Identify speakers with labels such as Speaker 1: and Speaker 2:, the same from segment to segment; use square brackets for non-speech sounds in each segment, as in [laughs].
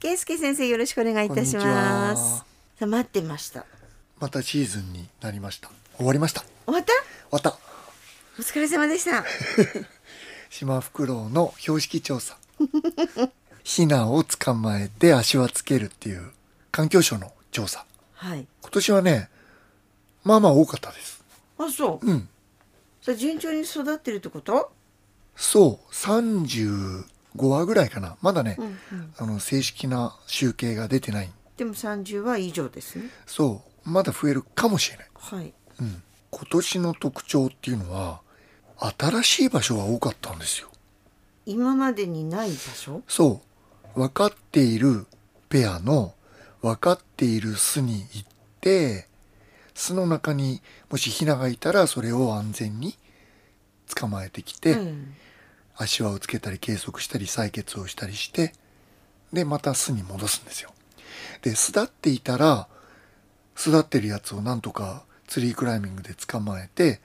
Speaker 1: 圭介先生よろしくお願いいたしま
Speaker 2: こんにち
Speaker 1: す
Speaker 2: は
Speaker 1: さあ待ってました
Speaker 2: またシーズンになりました終わりました終
Speaker 1: 終わった
Speaker 2: わった
Speaker 1: お疲れ様で
Speaker 2: [laughs]
Speaker 1: した
Speaker 2: 島フクロウの標識
Speaker 1: [laughs]
Speaker 2: 調査ヒナを捕まえて足輪つけるっていう環境省の調査
Speaker 1: はい
Speaker 2: 今年はねまあまあ多かったです
Speaker 1: あそう
Speaker 2: うん
Speaker 1: それ順調に育ってるってこと
Speaker 2: そう35話ぐらいかなまだね、
Speaker 1: んうん
Speaker 2: あの正式な集計が出てない
Speaker 1: でも30は以上ですね
Speaker 2: そうまだ増えるかもしれない
Speaker 1: はい
Speaker 2: うん、今年の特徴っていうのは新しい場所が多かったんですよ
Speaker 1: 今までにない場所
Speaker 2: そう分かっているペアの分かっている巣に行って巣の中にもしヒナがいたらそれを安全に捕まえてきて、
Speaker 1: うん
Speaker 2: 足輪をつけたり計測したり採血をしたりしてでまた巣に戻すんですよで巣立っていたら巣立ってるやつをなんとかツリークライミングで捕まえて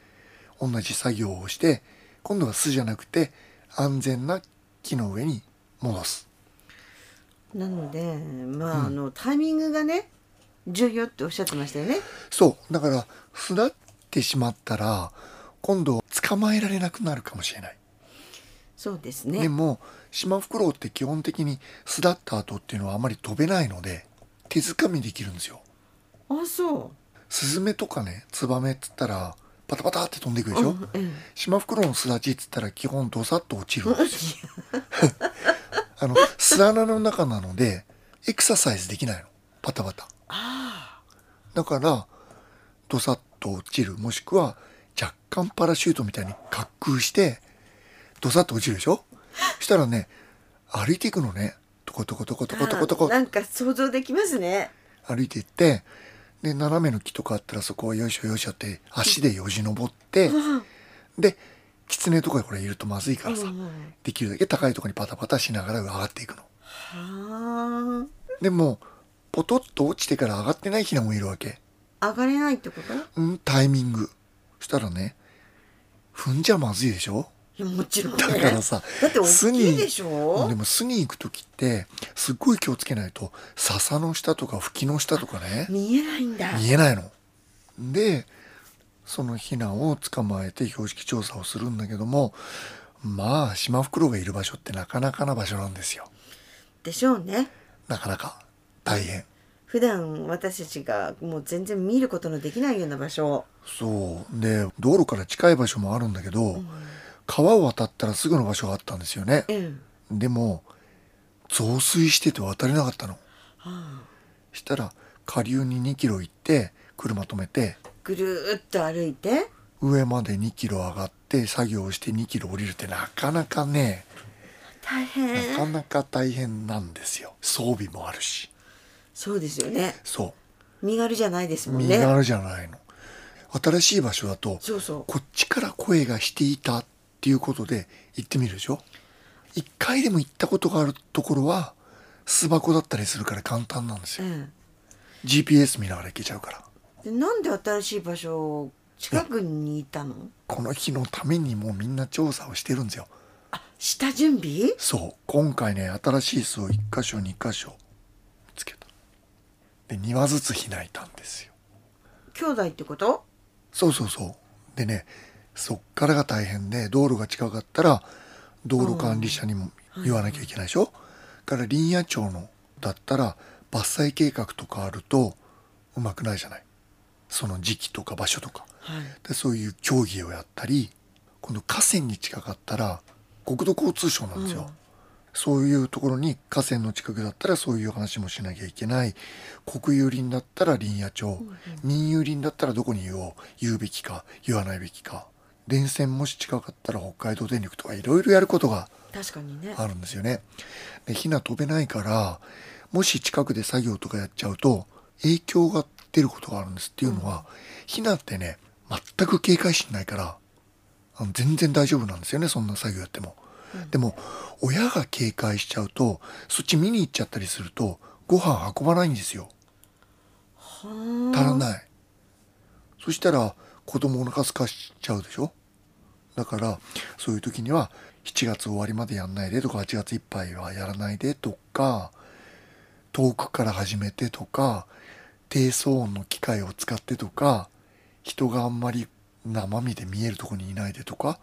Speaker 2: 同じ作業をして今度は巣じゃなくて安全な木の上に戻す
Speaker 1: なのでまあ、あのタイミングがね重要っておっしゃってましたよね
Speaker 2: そうだから巣立ってしまったら今度捕まえられなくなるかもしれない
Speaker 1: そうです
Speaker 2: で
Speaker 1: ね
Speaker 2: もシマフクロウって基本的に巣立った後っていうのはあまり飛べないので手づかみできるんですよ
Speaker 1: あそ
Speaker 2: スズメとかねツバメっつったらパタパタって飛んでいく
Speaker 1: う
Speaker 2: でしょ、
Speaker 1: うんう
Speaker 2: [laughs]
Speaker 1: ん
Speaker 2: シマフクロウの巣立ちっつったら基本ドサッと落ちるんですよあの巣穴の中なのでエクササイズできないのパタパタ
Speaker 1: あ
Speaker 2: だからドサッと落ちるもしくは若干パラシュートみたいに滑空してドサッと落ちるでしょしたらね歩いていくのねトコトコトコ
Speaker 1: あ
Speaker 2: トコトコトコ
Speaker 1: なんか想像できますね
Speaker 2: 歩いていってで斜めの木とかあったらそこをよいしょよいしょって足でよじ登って
Speaker 1: うん
Speaker 2: でキツネとかこれいるとまずいからさ
Speaker 1: うん
Speaker 2: できるだけ高いところにパタパタしながら上がっていくの
Speaker 1: は
Speaker 2: でもポトッと落ちてから上がってないヒナもいるわけ
Speaker 1: あ上がれないってことい
Speaker 2: うんタイミングしたらね踏んじゃまずいでしょ
Speaker 1: やもちろんね
Speaker 2: だからさ
Speaker 1: [laughs] だって大
Speaker 2: 巣
Speaker 1: きい
Speaker 2: に
Speaker 1: でしょ
Speaker 2: でも巣に行く時ってすっごい気をつけないと笹の下とか吹きの下とかね
Speaker 1: 見えないんだ
Speaker 2: 見えないの。でそのヒナを捕まえて標識調査をするんだけどもまあシマフクロウがいる場所ってなかなかな場所なんですよ。
Speaker 1: でしょうね
Speaker 2: なかなか大変。
Speaker 1: 普段私たちがもう全然見ることのできないような場所
Speaker 2: そうで道路から近い場所もあるんだけど、川を渡ったらすぐの場所があったんですよね。
Speaker 1: うん
Speaker 2: でも増水してて渡れなかったの。
Speaker 1: はあ
Speaker 2: したら下流に2キロ行って車止めて
Speaker 1: ぐるーっと歩いて
Speaker 2: 上まで2キロ上がって作業をして2キロ降りるってなかなかね
Speaker 1: 大
Speaker 2: なか
Speaker 1: 変
Speaker 2: なか大変なんですよ装備もあるし
Speaker 1: そうですよね
Speaker 2: そ
Speaker 1: 身軽じゃないです
Speaker 2: う
Speaker 1: もん
Speaker 2: 身
Speaker 1: ね
Speaker 2: 軽じゃないの、新しい場所だと
Speaker 1: そうそう
Speaker 2: こっちから声がしていたっていうことで行ってみるでしょ一回でも行ったことがあるところは巣箱だったりするから簡単なんです
Speaker 1: う
Speaker 2: よ
Speaker 1: ん
Speaker 2: GPS 見ながら行けちゃうから
Speaker 1: でなんで新しい場所近くにいたの
Speaker 2: この日のためにもうみんな調査をしてるんですよ
Speaker 1: あ下準備
Speaker 2: そう今回ね新しい巣を1箇所2箇所見つけたで2羽ずつひないたんですよ
Speaker 1: 兄弟ってこと
Speaker 2: そうそうそうでねそっからが大変で道路が近かったら道路管理者にも言わなきゃいけないでしょ、から林野庁のだったら伐採計画とかあるとうまくないじゃないその時期とか場所とか
Speaker 1: はい
Speaker 2: でそういう競技をやったり今度河川に近かったら国土交通省なんですよ、
Speaker 1: うん
Speaker 2: そういうところに河川の近くだったらそういう話もしなきゃいけない国有林だったら林野庁、民有林だったらどこに言おう言うべきか言わないべきか電線もし近かったら北海道電力とかいろいろやることが
Speaker 1: 確かにね
Speaker 2: あるんですよね。でヒナ飛べないからもし近くで作業とかやっちゃうと影響が出ることがあるんですっていうのは、ヒナってね全く警戒心ないからあの全然大丈夫なんですよねそんな作業やっても。でも親が警戒しちゃうとそっち見に行っちゃったりするとご飯運ばないんですよ
Speaker 1: は
Speaker 2: 足らない、そしたら子供お腹空かしちゃうでしょだからそういう時には7月終わりまでやんないでとか8月いっぱいはやらないでとか遠くから始めてとか低騒音の機械を使ってとか人があんまり生身で見えるとこにいないでとか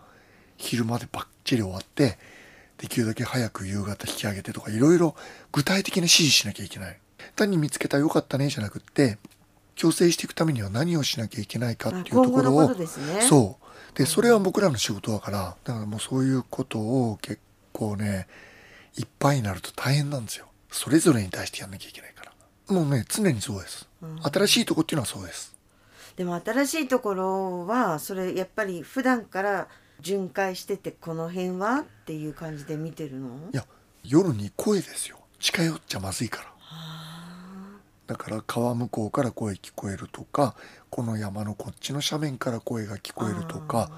Speaker 2: 昼までばっちり終わってできるだけ早く夕方引き上げてとかいろいろ具体的な指示しなきゃいけない単に見つけたらよかったねじゃなくって強制していくためには何をしなきゃいけないかっていうとこ
Speaker 1: あ今
Speaker 2: ろ
Speaker 1: 後の
Speaker 2: を
Speaker 1: ことですね
Speaker 2: そうでそれは僕らの仕事だからだからもうそういうことを結構ねいっぱいになると大変なんですよそれぞれに対してやんなきゃいけないからもうね常にそうです、
Speaker 1: うん
Speaker 2: 新しいとこっていうのはそうです
Speaker 1: でも新しいところはそれやっぱり普段から巡回しててこの辺はっていう感じで見てるの
Speaker 2: いや夜に声ですよ近寄っちゃまずいからだから川向こうから声聞こえるとかこの山のこっちの斜面から声が聞こえるとか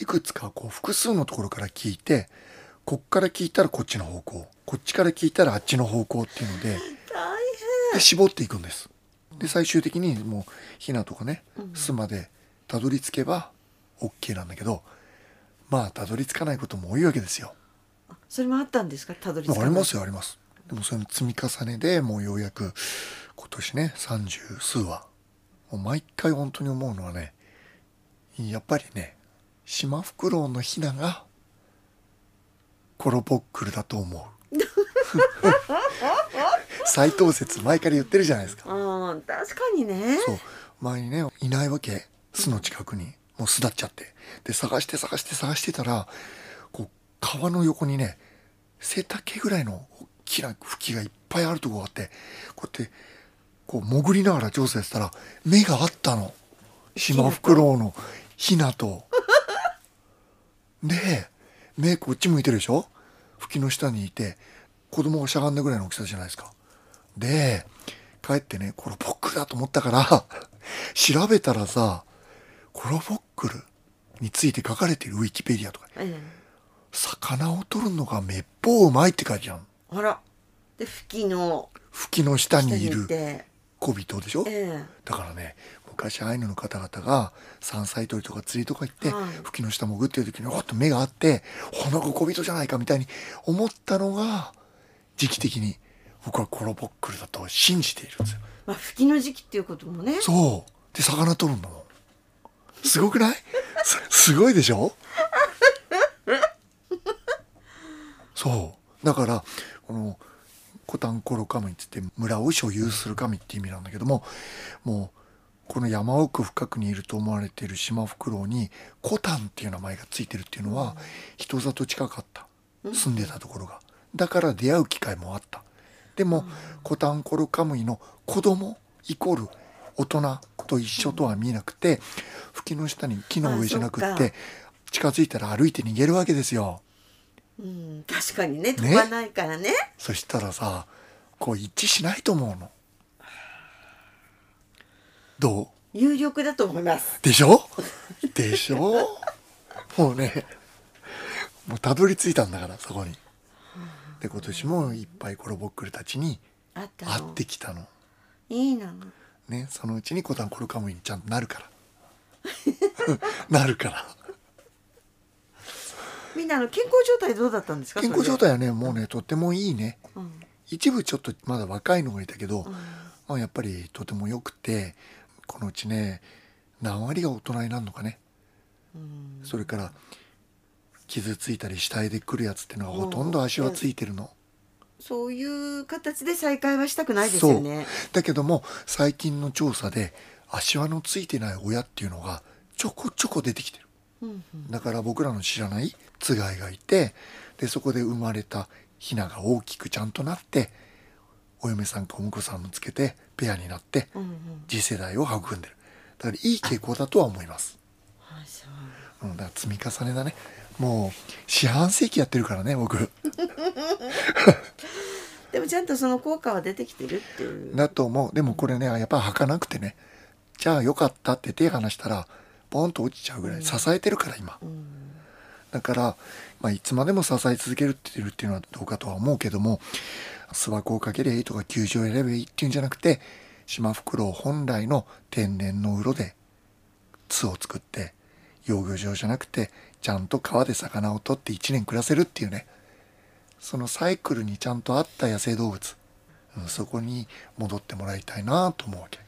Speaker 2: いくつかこう複数のところから聞いてこっから聞いたらこっちの方向こっちから聞いたらあっちの方向っていうので
Speaker 1: 大
Speaker 2: で絞っていくんですで最終的にもうヒナとかね
Speaker 1: うん
Speaker 2: 巣までたどり着けば OK なんだけどまあたどり着かないことも多いわけですよ
Speaker 1: 変それもあったんですかたどり着
Speaker 2: まあ
Speaker 1: か
Speaker 2: あ
Speaker 1: ない
Speaker 2: りますよありますでもその積み重ねでもうようやく今年ね三十数話もう毎回本当に思うのはねやっぱりねシマフクロウのヒナがコロボックルだと思
Speaker 1: [laughs]
Speaker 2: う [laughs] 最頭説前から言ってるじゃないですか
Speaker 1: うん確かにね
Speaker 2: そう前にねいないわけ巣の近くにもう巣立っちゃってで探して探して探してたらこう川の横にね背丈ぐらいの大きな茎がいっぱいあるとこがあってこうやってこう潜りながら調査やってたら目があったのシマフクロウのヒナと。で目こっち向いてるでしょ吹きの下にいて子供がしゃがんだぐらいの大きさじゃないですかで帰ってねコロボックルだと思ったから [laughs] 調べたらさコロボックルについて書かれてるウィキペディアとか
Speaker 1: え
Speaker 2: 魚を取るのがめっぽううまいって書いてあるの
Speaker 1: えあらで吹きの
Speaker 2: 吹きの
Speaker 1: 下
Speaker 2: 下に
Speaker 1: に
Speaker 2: い
Speaker 1: い
Speaker 2: る
Speaker 1: て
Speaker 2: 小人でしょ
Speaker 1: え
Speaker 2: だからね昔アイヌの方々が山菜採りとか釣りとか行って、
Speaker 1: はい
Speaker 2: 吹きの下潜ってる時におっと目があってほなこ小人じゃないかみたいに思ったのが時期的に僕はコロボックルだと信じているんですよ。
Speaker 1: えまあ吹きの時期っていうこともね
Speaker 2: そうで魚取るんだもんすごくないすすごいでしょそうだからこの「コタンコロカミ」っつって村を所有する神って意味なんだけどももうこの山奥深くにいると思われているシマフクロウに「コタン」っていう名前がついてるっていうのは人里近かった住んでたところがだから出会う機会もあったでも、コタンコロカムイの子供イコール大人と一緒とは見えなくて、吹きの下に木の上じゃなく
Speaker 1: あ
Speaker 2: っ
Speaker 1: そって
Speaker 2: 近づいたら歩いて逃げるわけですよ
Speaker 1: うん確かにね飛ばないからね
Speaker 2: そしたらさこう一致しないと思うのどう
Speaker 1: 有力だと思います
Speaker 2: でしょでしょもうねもうたどり着いたんだからそこにで今年もいっぱいコロボックルたちに
Speaker 1: あった
Speaker 2: 会
Speaker 1: の
Speaker 2: ってきたの
Speaker 1: いいな
Speaker 2: ね、そのうちにコタンコロカムイにちゃんとなるからなるから
Speaker 1: みんなあの健康状態どうだったんですか
Speaker 2: 健康
Speaker 1: そ
Speaker 2: 状
Speaker 1: れ
Speaker 2: 態はねもうねとてもいいね
Speaker 1: でうん
Speaker 2: 一部ちょっとまだ若いのがいたけど、
Speaker 1: うん
Speaker 2: まあ、やっぱりとても良くてこのうちね何割が大人になるのかね
Speaker 1: うん
Speaker 2: それから傷ついたり死体で来るやつってのがほとんど足はついてるの、
Speaker 1: そういう形で再会はしたくないです
Speaker 2: そ
Speaker 1: よ
Speaker 2: う
Speaker 1: ね
Speaker 2: だけども最近の調査で足輪のついてない親っていうのがちょこちょこ出てきてる
Speaker 1: うんうん
Speaker 2: だから僕らの知らないつがいがいてでそこで生まれたヒナが大きくちゃんとなってお嫁さんかお婿さんもつけてペアになって
Speaker 1: うんうん
Speaker 2: 次世代を育んでるだからいい傾向だとは思います、
Speaker 1: あそう
Speaker 2: うん、だから積み重ねだねもう四半世紀やってるからね僕
Speaker 1: でもちゃんとその効果は出てきてるっていう
Speaker 2: だと思うでもこれねやっぱ履かなくてねじゃあよかったって手離したらポンと落ちちゃうぐらい支えてるから今、
Speaker 1: うん
Speaker 2: だから、まあ、いつまでも支え続けるっていうのはどうかとは思うけども巣箱をかけりゃいいとか球場を選べばいいっていうんじゃなくてシマフクロウ本来の天然のうろで巣を作って養魚場じゃなくてちゃんと川で魚を取って1年暮らせるっていうねそのサイクルにちゃんと合った野生動物うんそこに戻ってもらいたいなと思うわけ。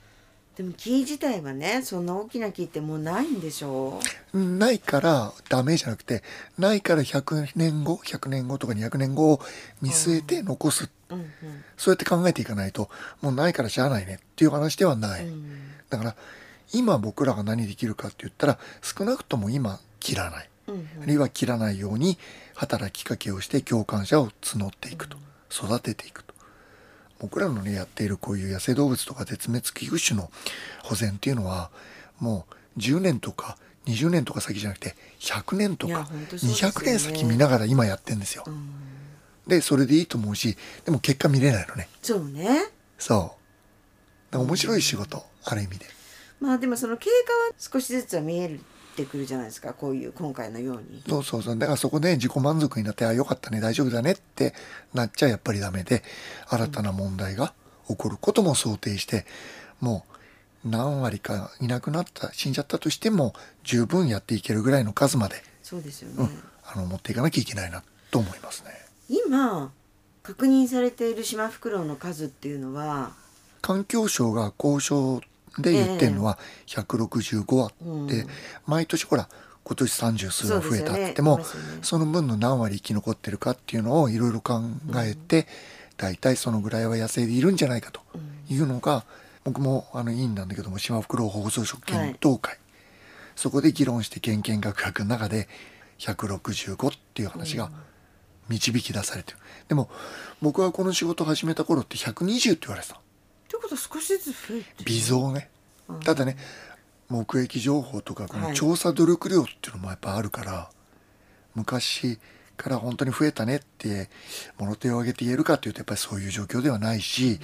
Speaker 1: でも木自体はねそんな大きな木ってもうないんでしょ
Speaker 2: ないからダメじゃなくてないから100年後100年後とか200年後を見据えて残す、
Speaker 1: う、うんうん
Speaker 2: そうやって考えていかないともうないからしゃあないねっていう話ではない、
Speaker 1: うん
Speaker 2: だから今僕らが何できるかって言ったら少なくとも今切らない、
Speaker 1: うんうん
Speaker 2: あるいは切らないように働きかけをして共感者を募っていくと育てていくと僕らのねやっているこういう野生動物とか絶滅危惧種の保全っていうのはもう10年とか20年とか先じゃなくて100年と
Speaker 1: いや
Speaker 2: か
Speaker 1: 本当そうですよね
Speaker 2: 200年先見ながら今やってんですよ。でそれでいいと思うしでも結果見れないのね
Speaker 1: そうね
Speaker 2: そうだから面白い仕事ある意味で
Speaker 1: まあでもその経過は少しずつは見えてくるじゃないですかこういう今回のように
Speaker 2: そうそうそうだからそこで自己満足になってあよかったね大丈夫だねってなっちゃやっぱりダメで新たな問題が起こることも想定してもう何割かいなくなった死んじゃったとしても十分やっていけるぐらいの数まで、
Speaker 1: そうですよね、
Speaker 2: うんあの持っていかなきゃいけないなと思いますね。
Speaker 1: 今確認されているシマフクロウの数っていうのは
Speaker 2: 環境省が交渉で言ってるのは165羽って、
Speaker 1: うん
Speaker 2: 毎年ほら今年30数羽増えたって言っ
Speaker 1: そ
Speaker 2: て
Speaker 1: う
Speaker 2: も
Speaker 1: ですよねいますよね
Speaker 2: その分の何割生き残ってるかっていうのをいろいろ考えて、大体そのぐらいは野生でいるんじゃないかというのが、僕もあの委員なんだけども島袋放送食検討会、そこで議論して研研学学の中で165っていう話が導き出されてる、でも僕がこの仕事を始めた頃って120って言われてた
Speaker 1: ということは少しずつ増えて
Speaker 2: 微増ね
Speaker 1: うん
Speaker 2: ただね目撃情報とかこ
Speaker 1: は
Speaker 2: の
Speaker 1: い
Speaker 2: 調査努力量っていうのもやっぱあるから、昔から本当に増えたねって物手を挙げて言えるかっていうとやっぱりそういう状況ではないし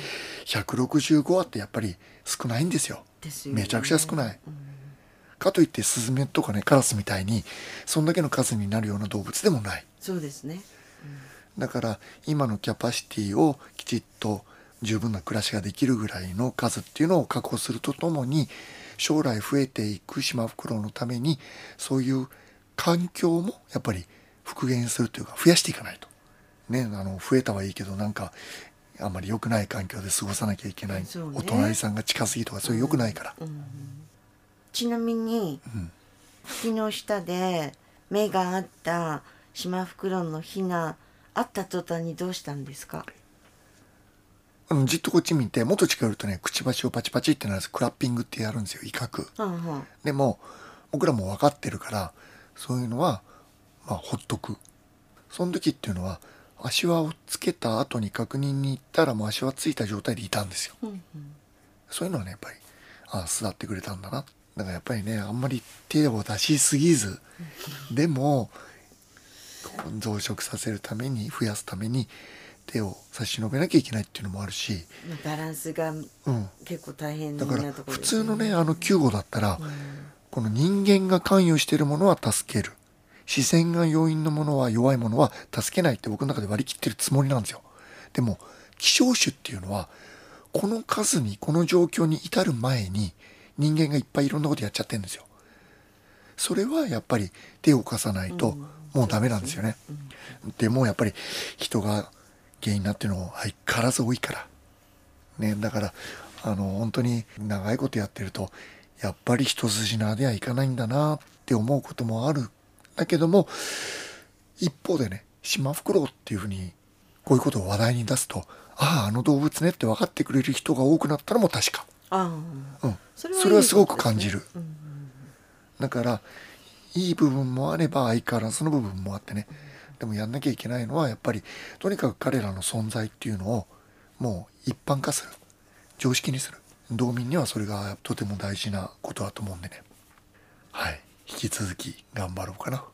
Speaker 2: 165羽ってやっぱり少ないんですよ
Speaker 1: ですよね
Speaker 2: めちゃくちゃ少ない
Speaker 1: うん
Speaker 2: かといってスズメとかねカラスみたいにそんだけの数になるような動物でもない
Speaker 1: そうですね
Speaker 2: だから今のキャパシティをきちっと十分な暮らしができるぐらいの数っていうのを確保するとともに将来増えていくシマフクロウのためにそういう環境もやっぱり復元するというか増やしていかないと。ね、あの増えたはいいけどなんかあんまり良くない環境で過ごさなきゃいけない、
Speaker 1: そうね
Speaker 2: お隣さんが近すぎとかそういう良くないから、
Speaker 1: ちなみに
Speaker 2: ん
Speaker 1: 木の下で目があったシマフクロウのヒナあった途端にどうしたんですか
Speaker 2: あのじっとこっち見てもっと近寄るとねくちばしをパチパチってなるんですクラッピングってやるんですよ威嚇。
Speaker 1: うんうん
Speaker 2: でも僕らも分かってるからそういうのは、まあ、ほっとくその時っていうのは足輪をつけた後に確認に行ったらもう足輪ついた状態でいたんですよ
Speaker 1: うん
Speaker 2: そういうのはねやっぱりああ巣立ってくれたんだなだからやっぱりねあんまり手を出しすぎずでもこう増殖させるために増やすために手を差し伸べなきゃいけないっていうのもあるし
Speaker 1: まあバランスが
Speaker 2: うん
Speaker 1: 結構大変な
Speaker 2: だ
Speaker 1: とこ
Speaker 2: か
Speaker 1: ろ
Speaker 2: ら
Speaker 1: です
Speaker 2: 普通のねあの救護だったら、この人間が関与しているものは助ける視線が要因のものは弱いものは助けないって僕の中で割り切ってるつもりなんですよでも希少種っていうのはこの数にこの状況に至る前に人間がいっぱいいろんなことやっちゃってるんですよそれはやっぱり手を貸さないともうダメなんですよね、でもやっぱり人が原因になってるの相変わらず多いからね、だからあの本当に長いことやってるとやっぱり一筋縄ではいかないんだなって思うこともあるだけども一方でねシマフクロウっていうふうにこういうことを話題に出すとあああの動物ねって分かってくれる人が多くなったのも確か、
Speaker 1: ああ
Speaker 2: うん、
Speaker 1: そ
Speaker 2: そ
Speaker 1: れ
Speaker 2: れ
Speaker 1: はいい
Speaker 2: はすごく感じる、
Speaker 1: うんうん
Speaker 2: だからいい部分もあれば相変わらずの部分もあってねでもやんなきゃいけないのはやっぱりとにかく彼らの存在っていうのをもう一般化する常識にする道民にはそれがとても大事なことだと思うんでねはい引き続き頑張ろうかな